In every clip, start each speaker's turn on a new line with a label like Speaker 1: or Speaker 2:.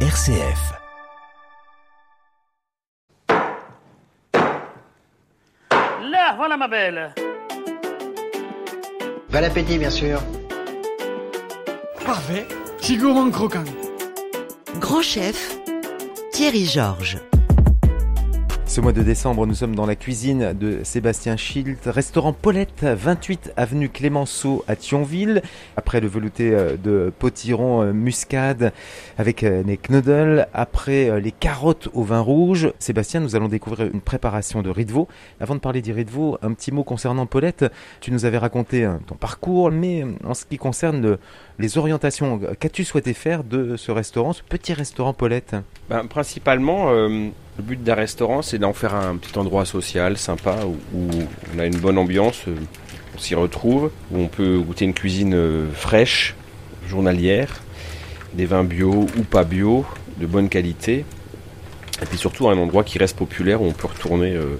Speaker 1: RCF.
Speaker 2: Là, voilà ma belle.
Speaker 3: Bon appétit, bien sûr.
Speaker 4: Parfait, je suis gourmand croquant.
Speaker 5: Grand chef, Thierry Georges.
Speaker 6: Ce mois de décembre, nous sommes dans la cuisine de Sébastien Schilt, restaurant Paulette, 28 avenue Clémenceau à Thionville. Après le velouté euh, de potiron euh, muscade avec euh, les knödel, après euh, les carottes au vin rouge, Sébastien, nous allons découvrir une préparation de riz de veau. Avant de parler du riz de veau, un petit mot concernant Paulette. Tu nous avais raconté euh, ton parcours, mais euh, en ce qui concerne le- les orientations, euh, qu'as-tu souhaité faire de ce restaurant, ce petit restaurant Paulette
Speaker 7: Ben, principalement, euh, le but d'un restaurant, c'est d'en faire un petit endroit social, sympa, où, où on a une bonne ambiance, euh, on s'y retrouve, où on peut goûter une cuisine euh, fraîche, journalière, des vins bio ou pas bio, de bonne qualité, et puis surtout un endroit qui reste populaire, où on peut retourner euh,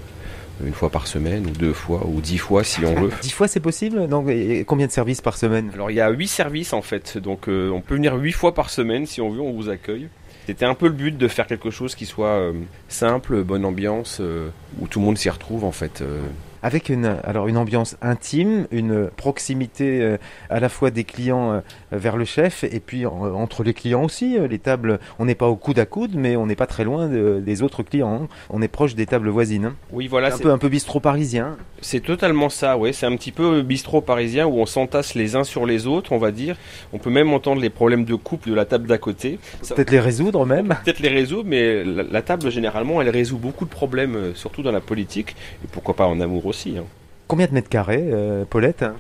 Speaker 7: une fois par semaine, ou deux fois, ou dix fois si on veut.
Speaker 6: Ah, Dix fois, c'est possible Donc, et- et combien de services par semaine
Speaker 7: Alors il y a huit services en fait, donc euh, on peut venir huit fois par semaine si on veut, on vous accueille. C'était un peu le but de faire quelque chose qui soit euh, simple, bonne ambiance, euh, où tout le monde s'y retrouve en fait. euh.
Speaker 6: Avec une, alors une ambiance intime, une proximité euh, à la fois des clients euh, vers le chef et puis en- entre les clients aussi. euh, Les tables, on n'est pas au coude à coude, mais on n'est pas très loin de- des autres clients. hein. On est proche des tables voisines. hein.
Speaker 7: Oui voilà,
Speaker 6: un
Speaker 7: Ah, c'est-
Speaker 6: peu un peu bistrot parisien.
Speaker 7: c'est totalement ça, ouais. c'est un petit peu bistrot parisien où on s'entasse les uns sur les autres, on va dire. On peut même entendre les problèmes de couple de la table d'à côté. Ça-
Speaker 6: Peut-être les résoudre même.
Speaker 7: peut-être les réseaux, mais la, la table généralement elle résout beaucoup de problèmes, euh, surtout dans la politique, et pourquoi pas en amour aussi. hein.
Speaker 6: Combien de mètres carrés, euh, Paulette hein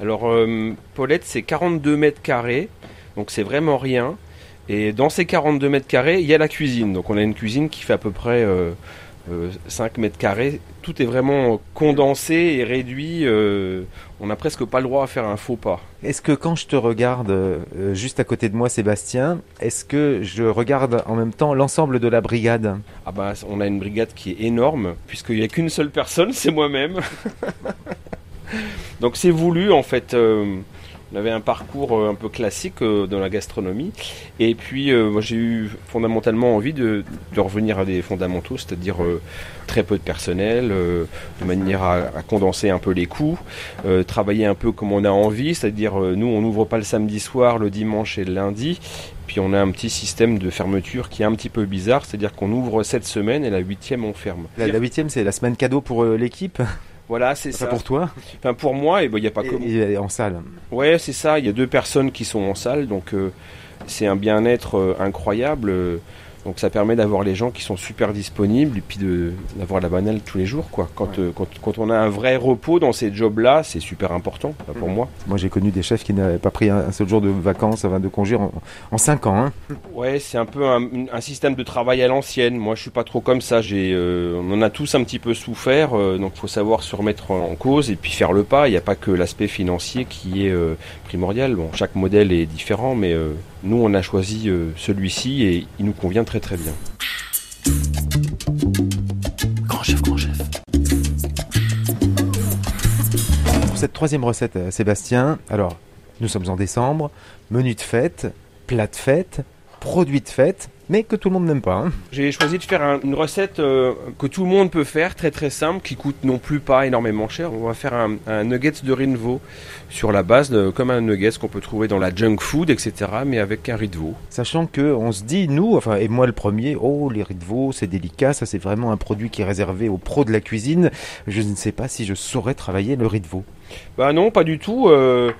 Speaker 7: Alors, euh, Paulette, c'est 42 mètres carrés, donc c'est vraiment rien. Et dans ces 42 mètres carrés, il y a la cuisine. Donc, on a une cuisine qui fait à peu près euh, euh, 5 mètres carrés. Tout est vraiment condensé et réduit. euh, on n'a presque pas le droit à faire un faux pas.
Speaker 6: Est-ce que quand je te regarde euh, euh, juste à côté de moi, Sébastien, est-ce que je regarde en même temps l'ensemble de la brigade
Speaker 7: Ah bah, on a une brigade qui est énorme, puisqu'il n'y a qu'une seule personne, c'est moi-même. Donc c'est voulu, en fait. euh, on avait un parcours euh, un peu classique euh, dans la gastronomie. Et puis, euh, moi, j'ai eu fondamentalement envie de, de revenir à des fondamentaux, c'est-à-dire euh, très peu de personnel, euh, de manière à, à condenser un peu les coûts, euh, travailler un peu comme on a envie, c'est-à-dire euh, nous, on n'ouvre pas le samedi soir, le dimanche et le lundi. Puis on a un petit système de fermeture qui est un petit peu bizarre, c'est-à-dire qu'on ouvre cette semaine et la huitième on ferme.
Speaker 6: La la huitième, c'est la semaine cadeau pour euh, l'équipe,
Speaker 7: Voilà, c'est
Speaker 6: enfin
Speaker 7: ça.
Speaker 6: pour toi,
Speaker 7: Enfin pour moi, eh ben, il n'y a pas que moi.
Speaker 6: et, et en salle.
Speaker 7: Ouais, c'est ça, il y a deux personnes qui sont en salle, donc euh, c'est un bien-être euh, incroyable. euh, donc ça permet d'avoir les gens qui sont super disponibles et puis de- d'avoir la banale tous les jours. quoi. Quand, euh, quand, quand on a un vrai repos dans ces jobs-là, c'est super important enfin, pour
Speaker 6: Mhm.
Speaker 7: moi.
Speaker 6: Moi, j'ai connu des chefs qui n'avaient pas pris un un seul jour de vacances, enfin de congé en, en cinq ans. hein.
Speaker 7: Ouais, c'est un peu un, un système de travail à l'ancienne. Moi, je suis pas trop comme ça. J'ai, euh, on en a tous un petit peu souffert, euh, donc faut savoir se remettre en cause et puis faire le pas. Il n'y a pas que l'aspect financier qui est euh, primordial. Bon, chaque modèle est différent, mais euh, nous, on a choisi euh, celui-ci et il nous convient très très bien.
Speaker 4: Grand chef, grand chef.
Speaker 6: Pour cette troisième recette, euh, Sébastien, alors, nous sommes en décembre, menu de fête, plat de fête, produit de fête, mais que tout le monde n'aime pas. hein.
Speaker 7: J'ai choisi de faire un- une recette euh, que tout le monde peut faire, très très simple, qui coûte non plus pas énormément cher. On va faire un, un nuggets de riz de veau sur la base, de, comme un nuggets qu'on peut trouver dans la junk food, etc., mais avec un riz de veau.
Speaker 6: Sachant que on se dit, nous, enfin, et moi le premier, oh, les riz de veau, c'est délicat, ça c'est vraiment un produit qui est réservé aux pros de la cuisine. Je ne sais pas si je saurais travailler le riz de veau.
Speaker 7: Bah non, pas du tout. Euh,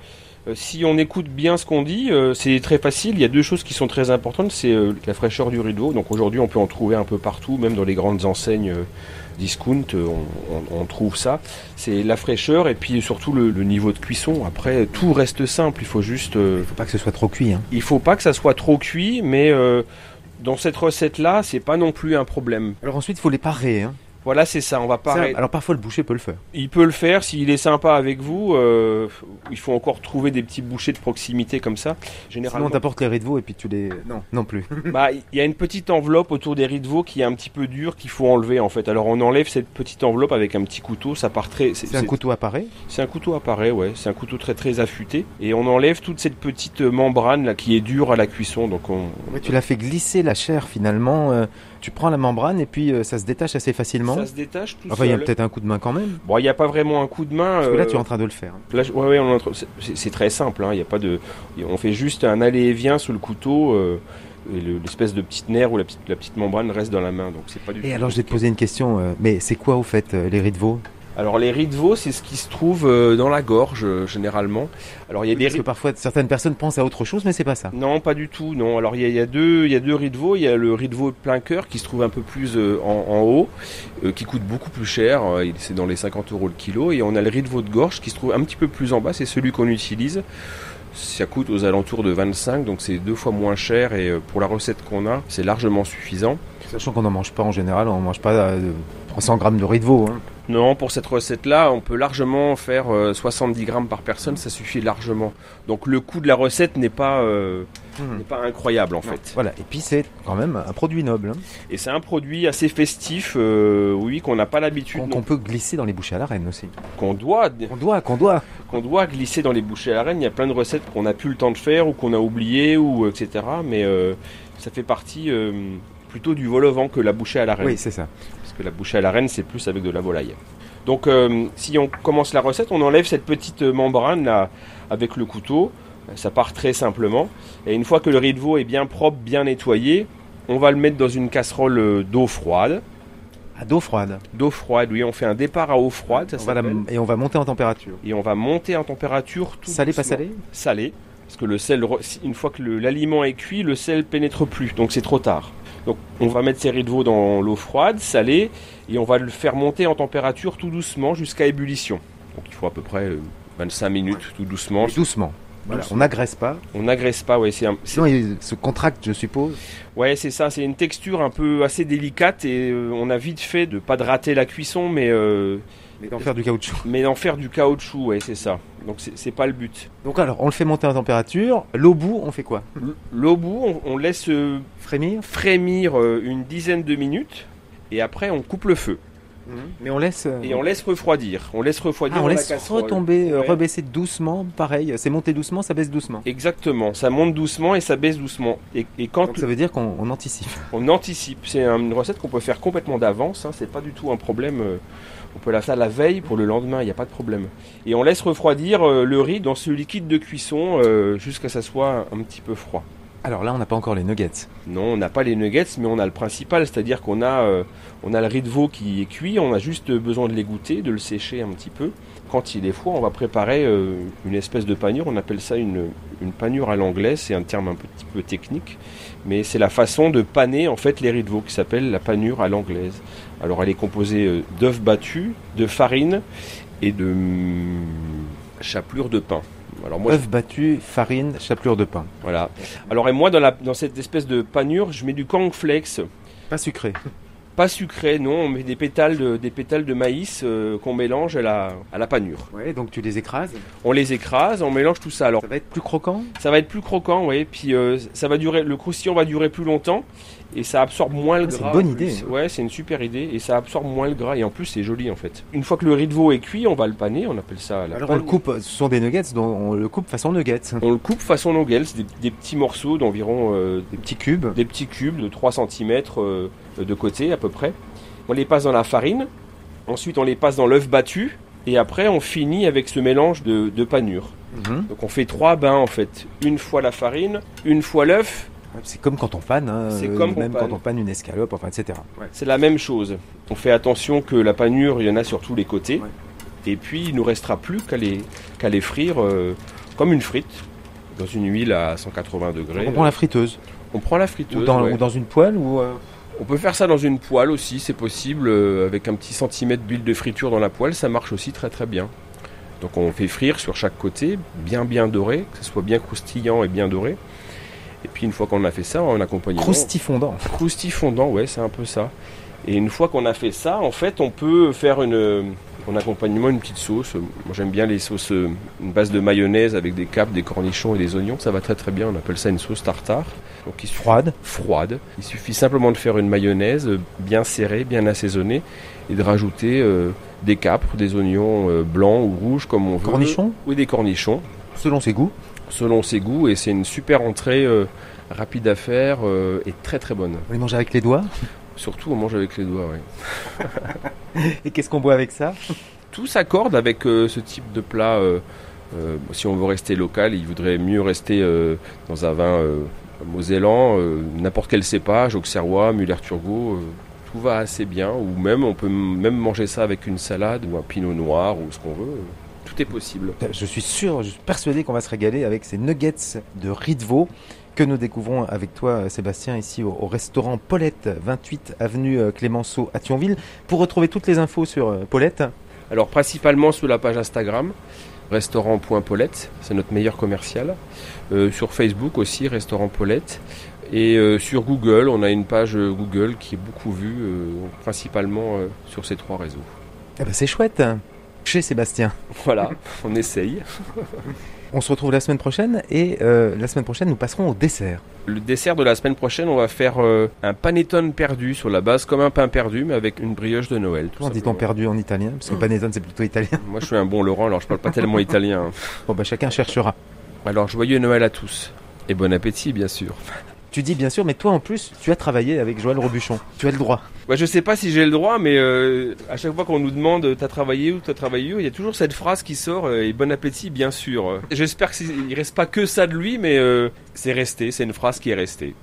Speaker 7: euh, si on écoute bien ce qu'on dit, euh, c'est très facile. Il y a deux choses qui sont très importantes, c'est euh, la fraîcheur du rideau. Donc aujourd'hui, on peut en trouver un peu partout, même dans les grandes enseignes euh, discount, euh, on, on- on trouve ça. C'est la fraîcheur et puis surtout le, le niveau de cuisson. Après, tout reste simple. Il faut juste euh,
Speaker 6: Faut pas que ce soit trop cuit. hein.
Speaker 7: il faut pas que ça soit trop cuit, mais euh, dans cette recette-là, c'est pas non plus un problème.
Speaker 6: Alors ensuite, il faut les parer. hein.
Speaker 7: Voilà, c'est ça. On va
Speaker 6: Ça,
Speaker 7: pas. arrêter.
Speaker 6: Alors parfois le boucher peut le faire.
Speaker 7: Il peut le faire s'il est sympa avec vous. euh, il faut encore trouver des petits bouchers de proximité comme ça. Généralement,
Speaker 6: Sinon t'apportes les riz de veau et puis tu les... Non, non plus.
Speaker 7: Bah, il y a une petite enveloppe autour des riz de veau qui est un petit peu dure qu'il faut enlever en fait. Alors on enlève cette petite enveloppe avec un petit couteau, ça part très.
Speaker 6: C'est un couteau à parer.
Speaker 7: C'est un couteau à parer, ouais. C'est un couteau très très affûté et on enlève toute cette petite euh, membrane là qui est dure à la cuisson. Donc on.
Speaker 6: Ouais, tu la fais glisser la chair finalement. euh, tu prends la membrane et puis euh, ça se détache assez facilement.
Speaker 7: Ça se détache tout
Speaker 6: Enfin, il y a
Speaker 7: seul.
Speaker 6: peut-être un coup de main quand même.
Speaker 7: Bon, il n'y a pas vraiment un coup de main.
Speaker 6: Parce que là,
Speaker 7: euh,
Speaker 6: tu es en train de le faire.
Speaker 7: Là, je- ouais, ouais, on entre- c'est- c'est c'est très simple. hein, Il y a pas de, on fait juste un aller et vient sous le couteau. euh, et le- l'espèce de petite nerf ou la petite, la petite membrane reste dans la main. Donc c'est pas du
Speaker 6: Et
Speaker 7: tout
Speaker 6: alors, je vais te
Speaker 7: compliqué.
Speaker 6: poser une question. euh, mais c'est quoi au fait euh, les riz de veau
Speaker 7: Alors les riz de veau, c'est ce qui se trouve euh, dans la gorge euh, généralement. Alors il y a des
Speaker 6: Parce que
Speaker 7: riz.
Speaker 6: parfois, certaines personnes pensent à autre chose, mais c'est pas ça.
Speaker 7: Non, pas du tout. Non. Alors il y a, il y a deux, il y a deux riz de veau. Il y a le riz de veau plein cœur qui se trouve un peu plus euh, en, en haut, euh, qui coûte beaucoup plus cher. euh, il- c'est dans les 50 euros le kilo. Et on a le riz de veau de gorge qui se trouve un petit peu plus en bas. C'est celui qu'on utilise. Ça coûte aux alentours de 25, donc c'est deux fois moins cher. Et euh, pour la recette qu'on a, c'est largement suffisant.
Speaker 6: Sachant qu'on n'en mange pas en général, on mange pas euh, 300 grammes de riz de veau. hein.
Speaker 7: Non, pour cette recette-là, on peut largement faire euh, 70 grammes par personne, ça suffit largement. Donc le coût de la recette n'est pas, euh,
Speaker 6: Hmm.
Speaker 7: n'est pas incroyable en fait.
Speaker 6: Voilà. Et puis, c'est quand même un produit noble hein,
Speaker 7: Et c'est un produit assez festif, euh, oui, qu'on n'a pas l'habitude,
Speaker 6: qu'on
Speaker 7: non,
Speaker 6: qu'on peut glisser dans les bouches à la reine aussi.
Speaker 7: qu'on doit,
Speaker 6: Qu'on doit, qu'on doit.
Speaker 7: qu'on doit glisser dans les bouchées à la reine. Il y a plein de recettes qu'on n'a plus le temps de faire ou qu'on a oubliées ou etc. Mais euh, ça fait partie euh, plutôt du vol au vent que la bouchée à la reine.
Speaker 6: Oui, c'est ça.
Speaker 7: parce que la bouchée à la reine, c'est plus avec de la volaille. Donc, euh, si on commence la recette, on enlève cette petite membrane là avec le couteau. Ça part très simplement. Et une fois que le riz de veau est bien propre, bien nettoyé, on va le mettre dans une casserole euh, d'eau froide.
Speaker 6: À dos froide.
Speaker 7: D'eau froide, oui, on fait un départ à eau froide, ça
Speaker 6: On va la-
Speaker 7: s'appelle.
Speaker 6: Et on va monter en température.
Speaker 7: Et on va monter en température tout
Speaker 6: Salé, pas
Speaker 7: doucement.
Speaker 6: salé
Speaker 7: Salé, parce que le sel, re- si- une fois que le- l'aliment est cuit, le sel pénètre plus, donc c'est trop tard. Donc on va mettre ces riz de veau dans l'eau froide, salée, et on va le faire monter en température tout doucement jusqu'à ébullition. Donc il faut à peu près euh, 25 minutes tout doucement.
Speaker 6: Mais Doucement. Voilà, On n'agresse pas.
Speaker 7: On n'agresse pas, ouais, c'est un- c'est-
Speaker 6: Sinon, il se contracte, je suppose.
Speaker 7: ouais, c'est ça, c'est une texture un peu assez délicate et euh, on a vite fait de pas de rater la cuisson, mais euh,
Speaker 6: Mais d'en faire du caoutchouc.
Speaker 7: mais d'en faire du caoutchouc, ouais, c'est ça. Donc c'est c'est pas le but.
Speaker 6: Donc alors, on le fait monter en température. L'eau bout, on fait quoi
Speaker 7: L- L'eau bout, on, on laisse euh,
Speaker 6: Frémir
Speaker 7: frémir euh, une dizaine de minutes et après on coupe le feu
Speaker 6: Mais on laisse. euh,
Speaker 7: et on laisse refroidir. On laisse
Speaker 6: Ah,
Speaker 7: refroidir
Speaker 6: on
Speaker 7: dans la
Speaker 6: laisse
Speaker 7: casserole.
Speaker 6: retomber, euh,
Speaker 7: Ouais.
Speaker 6: rebaisser doucement. Pareil, c'est monté doucement, ça baisse doucement.
Speaker 7: Exactement, ça monte doucement et ça baisse doucement. Et, et quand
Speaker 6: Donc ça veut dire qu'on on anticipe.
Speaker 7: on anticipe, c'est un- une recette qu'on peut faire complètement d'avance, hein, c'est pas du tout un problème. euh, On peut la faire la veille pour le lendemain, il n'y a pas de problème. Et on laisse refroidir euh, le riz dans ce liquide de cuisson euh, jusqu'à ce que ça soit un petit peu froid.
Speaker 6: Alors là, on n'a pas encore les nuggets.
Speaker 7: Non, on n'a pas les nuggets, mais on a le principal, c'est-à-dire qu'on a, euh, on a le riz de veau qui est cuit, on a juste besoin de l'égoutter, de le sécher un petit peu. Quand il est froid, on va préparer euh, une espèce de panure, on appelle ça une, une panure à l'anglais, c'est un terme un petit peu technique, mais c'est la façon de paner en fait les riz de veau qui s'appelle la panure à l'anglaise. Alors elle est composée euh, d'œufs battus, de farine et de hum, chapelure de pain. Alors moi, je-
Speaker 6: Œufs battus, farine, chapelure de pain.
Speaker 7: voilà. Alors et moi dans, la, dans cette espèce de panure, je mets du cornflakes
Speaker 6: Pas sucré.
Speaker 7: pas sucré, non, on met des pétales de, des pétales de maïs euh, qu'on mélange à la, à la panure.
Speaker 6: Ouais, donc tu les écrases.
Speaker 7: On les écrase, on mélange tout ça. Alors
Speaker 6: Ça va être plus croquant.
Speaker 7: ça va être plus croquant, ouais, puis euh, ça va durer, le croustillant va durer plus longtemps et ça absorbe moins le
Speaker 6: Ah, c'est
Speaker 7: gras.
Speaker 6: une bonne
Speaker 7: en plus.
Speaker 6: idée.
Speaker 7: Ouais, c'est une super idée et ça absorbe moins le gras et en plus c'est joli en fait. Une fois que le riz de veau est cuit, on va le paner, on appelle ça la
Speaker 6: Alors on
Speaker 7: panne.
Speaker 6: le coupe. euh, Ce sont des nuggets, donc on le coupe façon nuggets.
Speaker 7: On le coupe façon longuelle, c'est des, des petits morceaux d'environ euh,
Speaker 6: Des petits cubes.
Speaker 7: des petits cubes de 3 cm de côté à peu près. On les passe dans la farine, ensuite on les passe dans l'œuf battu, et après on finit avec ce mélange de, de panure.
Speaker 6: Mhm.
Speaker 7: Donc on fait trois bains en fait. Une fois la farine, une fois l'œuf,
Speaker 6: C'est comme quand on panne. hein,
Speaker 7: C'est
Speaker 6: euh,
Speaker 7: comme qu'on
Speaker 6: même
Speaker 7: panne.
Speaker 6: quand on panne une escalope, enfin, etc.
Speaker 7: c'est la même chose. On fait attention que la panure, il y en a sur tous les côtés.
Speaker 6: Ouais.
Speaker 7: Et puis il nous restera plus qu'à les, qu'à les frire euh, comme une frite, dans une huile à 180 degrés.
Speaker 6: Donc on prend la friteuse.
Speaker 7: On prend la
Speaker 6: Ou
Speaker 7: friteuse.
Speaker 6: dans,
Speaker 7: ouais.
Speaker 6: ou dans une poêle ou. euh,
Speaker 7: On peut faire ça dans une poêle aussi, c'est possible, euh, avec un petit centimètre d'huile de friture dans la poêle, ça marche aussi très très bien. Donc on fait frire sur chaque côté, bien bien doré, que ce soit bien croustillant et bien doré. Et puis une fois qu'on a fait ça, on accompagne.
Speaker 6: Croustifondant.
Speaker 7: Croustifondant, ouais, c'est un peu ça. Et une fois qu'on a fait ça, en fait, on peut faire une, euh, en accompagnement une petite sauce. Moi, j'aime bien les sauces, euh, une base de mayonnaise avec des capes, des cornichons et des oignons. Ça va très très bien. On appelle ça une sauce tartare. Donc, il suffit-
Speaker 6: Froide.
Speaker 7: froide. Il suffit simplement de faire une mayonnaise euh, bien serrée, bien assaisonnée et de rajouter euh, des capres, des oignons euh, blancs ou rouges comme on veut.
Speaker 6: Cornichon,
Speaker 7: Oui, des cornichons
Speaker 6: selon ses goûts.
Speaker 7: selon ses goûts et c'est une super entrée euh, rapide à faire euh, et très très bonne.
Speaker 6: On les mange avec les doigts.
Speaker 7: Surtout on mange avec les doigts. ouais.
Speaker 6: Et qu'est-ce qu'on boit avec ça
Speaker 7: Tout s'accorde avec euh, ce type de plat. euh, euh, si on veut rester local, il voudrait mieux rester euh, dans un vin euh, mosellan, euh, n'importe quel cépage, auxerrois, Muller-Turgot. euh, tout va assez bien, ou même on peut m- même manger ça avec une salade ou un pinot noir ou ce qu'on veut. euh, Tout est possible.
Speaker 6: Je suis sûr, je suis persuadé qu'on va se régaler avec ces nuggets de riz de veau que nous découvrons avec toi, euh, Sébastien, ici au, au restaurant Paulette, 28 avenue euh, Clémenceau à Thionville. Pour retrouver toutes les infos sur euh, Paulette,
Speaker 7: Alors principalement sous la page Instagram, restaurant.paulette, c'est notre meilleur commercial. Euh, sur Facebook aussi, restaurant Paulette. Et euh, sur Google, on a une page euh, Google qui est beaucoup vue, euh, principalement euh, sur ces trois réseaux.
Speaker 6: eh ben, c'est chouette. hein. Chez Sébastien.
Speaker 7: Voilà, on essaye.
Speaker 6: On se retrouve la semaine prochaine et euh, la semaine prochaine, nous passerons au dessert.
Speaker 7: Le dessert de la semaine prochaine, on va faire euh, un panettone perdu sur la base comme un pain perdu, mais avec une brioche de Noël. tout
Speaker 6: Comment dit-on
Speaker 7: simplement.
Speaker 6: perdu en italien Parce que panettone, c'est plutôt italien.
Speaker 7: Moi, je suis un bon Laurent, alors je parle pas tellement italien. hein.
Speaker 6: Bon, bah, chacun cherchera.
Speaker 7: Alors, joyeux Noël à tous. Et bon appétit, bien sûr.
Speaker 6: Tu dis bien sûr, mais toi en plus, tu as travaillé avec Joël Robuchon. Tu as le droit.
Speaker 7: Bah, je sais pas si j'ai le droit, mais euh, à chaque fois qu'on nous demande euh, t'as travaillé ou t'as travaillé, où il y a toujours cette phrase qui sort euh, et bon appétit, euh, bien sûr. J'espère qu'il reste pas que ça de lui, mais euh, c'est resté, c'est une phrase qui est restée.